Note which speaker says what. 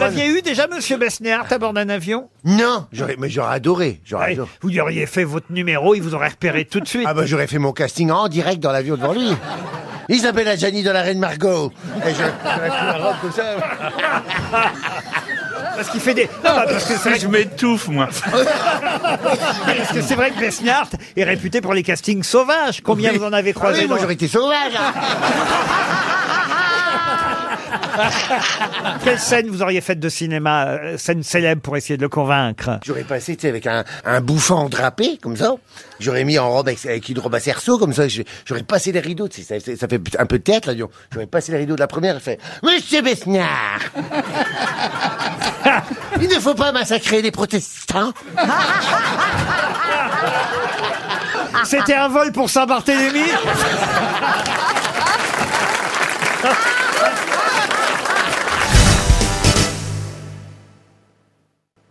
Speaker 1: aviez eu déjà Monsieur Besnard à bord d'un avion
Speaker 2: Non, j'aurais, Ah, mais j'aurais adoré. J'aurais
Speaker 1: Ouais,
Speaker 2: adoré.
Speaker 1: Vous lui auriez fait votre numéro, il vous aurait repéré tout de suite.
Speaker 2: Ah bah j'aurais fait mon casting en direct dans l'avion devant lui. Isabelle Adjani de la Reine Margot. Et je- j'aurais pris ma
Speaker 1: Ah,
Speaker 2: robe comme ça.
Speaker 1: Parce qu'il fait des. Non, bah, parce que c'est vrai
Speaker 3: Je m'étouffe, moi.
Speaker 1: que- parce que c'est vrai que Besnard est réputé pour les castings sauvages. Combien vous en avez
Speaker 2: Ah oui,
Speaker 1: croisé
Speaker 2: moi
Speaker 1: dans-
Speaker 2: j'aurais été sauvage. hein.
Speaker 1: Quelle scène vous auriez faite de cinéma, euh, scène célèbre pour essayer de le convaincre
Speaker 2: J'aurais passé tu sais, avec un, un bouffant drapé, comme ça. J'aurais mis en robe avec, avec une robe à cerceau, comme ça. Je- J'aurais passé les rideaux. tu sais, Ça, ça- ça fait un peu de théâtre, l'avion. J'aurais passé les rideaux de la première et fait « Monsieur Besnard Il ne faut pas massacrer les protestants
Speaker 1: C'était un vol pour Saint-Barthélemy